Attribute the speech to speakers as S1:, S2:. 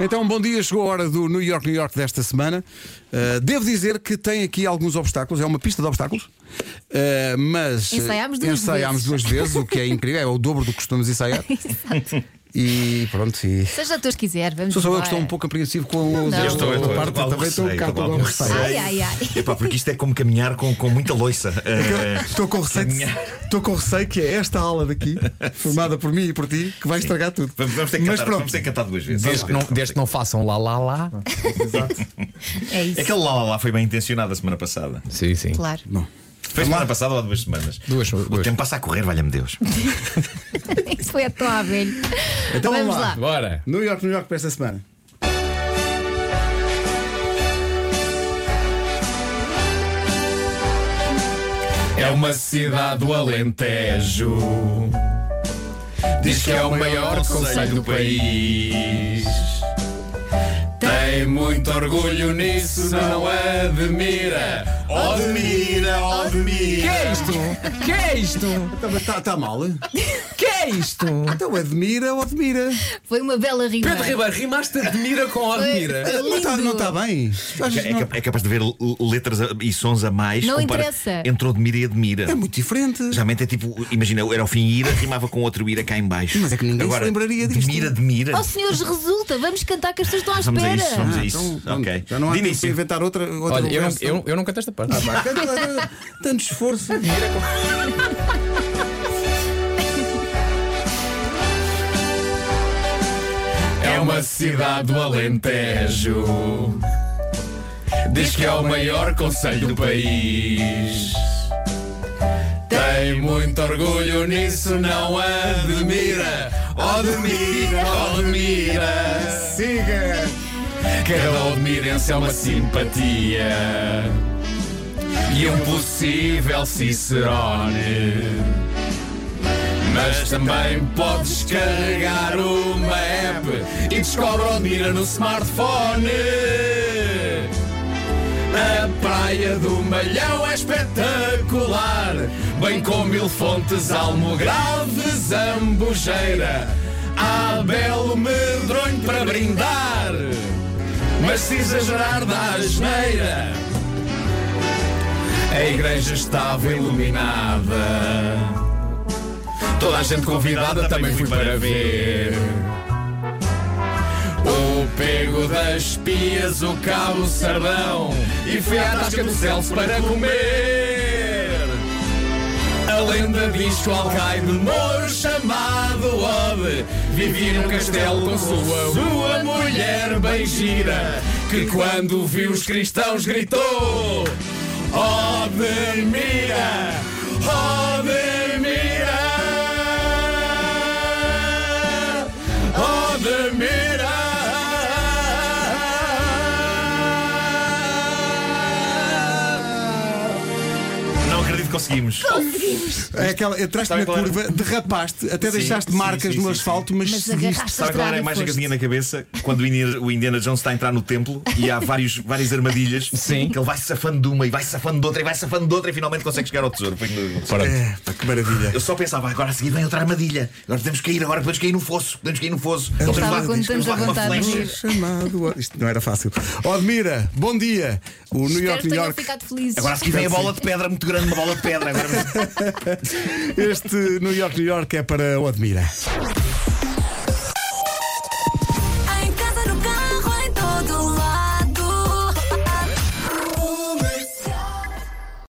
S1: Então, bom dia. Chegou a hora do New York, New York desta semana. Uh, devo dizer que tem aqui alguns obstáculos. É uma pista de obstáculos. Uh, mas uh,
S2: Ensaiámos duas
S1: ensaiámos duas
S2: vezes.
S1: vezes, o que é incrível. É o dobro do que costumamos ensaiar. e pronto. E...
S2: Seja o que quiser, vamos
S1: Sou só eu que
S2: embora.
S1: estou um pouco apreensivo com os-
S2: não.
S1: a
S2: Eu
S3: estou, eu estou, eu
S1: parte.
S3: estou com
S1: Também
S3: algum
S1: estou um
S3: receio,
S1: bocado com
S3: estou com
S1: algum
S3: algum
S1: receio.
S3: receio.
S2: Ai, Então, ai, ai.
S3: Epá, porque isto é como caminhar com, com muita loiça. Eh,
S1: Estou com receio. de- Estou com receio que é esta aula daqui, formada por mim e por ti, que vai estragar tudo.
S3: vamos, vamos ter que
S1: Mas
S3: cantar,
S1: pronto.
S3: vamos ter que cantar duas vezes.
S4: Desde que, não, desde que não façam lá lá lá.
S2: É isso,
S3: Aquele lá, lá lá foi bem intencionado a semana passada.
S4: Sim, sim.
S2: claro.
S3: Foi semana passada ou há duas semanas?
S4: Duas,
S3: O
S4: duas.
S3: tempo passa a correr, valha-me Deus.
S2: Isso É foi a tua abelha.
S1: Então
S2: vamos
S1: vamos lá.
S2: lá.
S4: Bora.
S1: New York, New York para esta semana.
S4: É uma cidade do Alentejo. Diz que é o maior conselho do país. Tem muito orgulho nisso, não admira.
S3: Odmira,
S4: Que
S3: Odmira.
S4: é isto? Que é isto?
S1: Está tá, mal?
S4: Que é isto?
S1: Então admira ou admira?
S2: Foi uma bela rima.
S4: Pedro Ribeiro, rimaste admira com
S2: Foi
S4: admira.
S1: Não está
S2: lindo.
S1: bem.
S3: É, cap- é capaz de ver l- letras a- e sons a mais.
S2: Não
S3: compara-
S2: interessa.
S3: Entre Odmira e Admira.
S1: É muito diferente.
S3: Geralmente é tipo, imagina, era o fim ira, rimava com outro ira cá em baixo.
S1: Mas é que ninguém se
S3: Agora,
S1: lembraria disto.
S3: Admira, admira.
S2: Oh, senhores, resulta. Vamos cantar que as pessoas estão à
S3: Vamos a isso,
S2: espera.
S3: vamos a isso.
S1: Então,
S3: ok.
S1: Já não há tempo
S3: De
S1: para
S3: início.
S1: inventar outra. outra
S4: Olha, eu não,
S1: versão.
S4: eu, eu não canto esta parte.
S1: Pá, que- que- Tanto esforço.
S4: É uma cidade do Alentejo. Diz que é o maior conselho do país. Tem muito orgulho nisso, não admira. Oh, Odmira, Odmira.
S1: Siga!
S4: Cada odmirense é uma simpatia. E um possível Cicerone. Mas também podes carregar uma app e descobre Odmira no smartphone. A praia do Malhão é espetacular, bem como mil fontes, Almograve, Zambujeira. Há belo medronho para brindar, mas se exagerar da asneira. A igreja estava iluminada. Toda a gente convidada também fui para ver. O pego das pias, o cabo sardão. E fui à tasca do Celso para comer. A lenda diz que o alcaide moro chamado Ode vivia num castelo com sua, sua mulher bem gira, que quando viu os cristãos gritou: Ode mira, Ode mira, Ode mira.
S3: Não acredito que conseguimos.
S1: É aquela, entraste
S3: Sabe
S1: na
S3: qual era?
S1: curva, derrapaste, até
S3: Sim,
S1: deixaste
S3: sim,
S1: marcas
S3: sim,
S1: no
S3: sim,
S1: asfalto, mas,
S2: Mas
S1: seguiste.
S2: agarraste a
S3: Sabe qual
S2: estrada
S3: era a
S2: e
S3: imagem que eu
S2: foste.
S3: tinha na cabeça? Quando o Indiana o Indiana Jones está a entrar no templo e há vários, várias armadilhas
S4: Sim.
S3: que ele vai safando de uma e vai safando de outra e vai safando de outra e finalmente consegue chegar ao tesouro. Foi no-
S1: É, pá, que maravilha.
S3: Eu só pensava, agora a seguir vem outra armadilha. Agora podemos cair, agora podemos cair no fosso. Podemos cair no fosso. Então,
S2: estava
S3: temos lá-
S2: com
S3: temos
S2: tanta
S3: lá uma
S2: vontade de
S3: flecha.
S2: rir.
S1: Chamado. Isto não era fácil. Odmira, bom dia. O New
S2: Espero
S1: York,
S2: que
S1: New
S2: tenham
S1: York.
S2: ficado felizes.
S3: Agora a seguir vem a bola de pedra muito grande, uma bola de pedra. Agora
S1: Este New York, New York é para o Admira.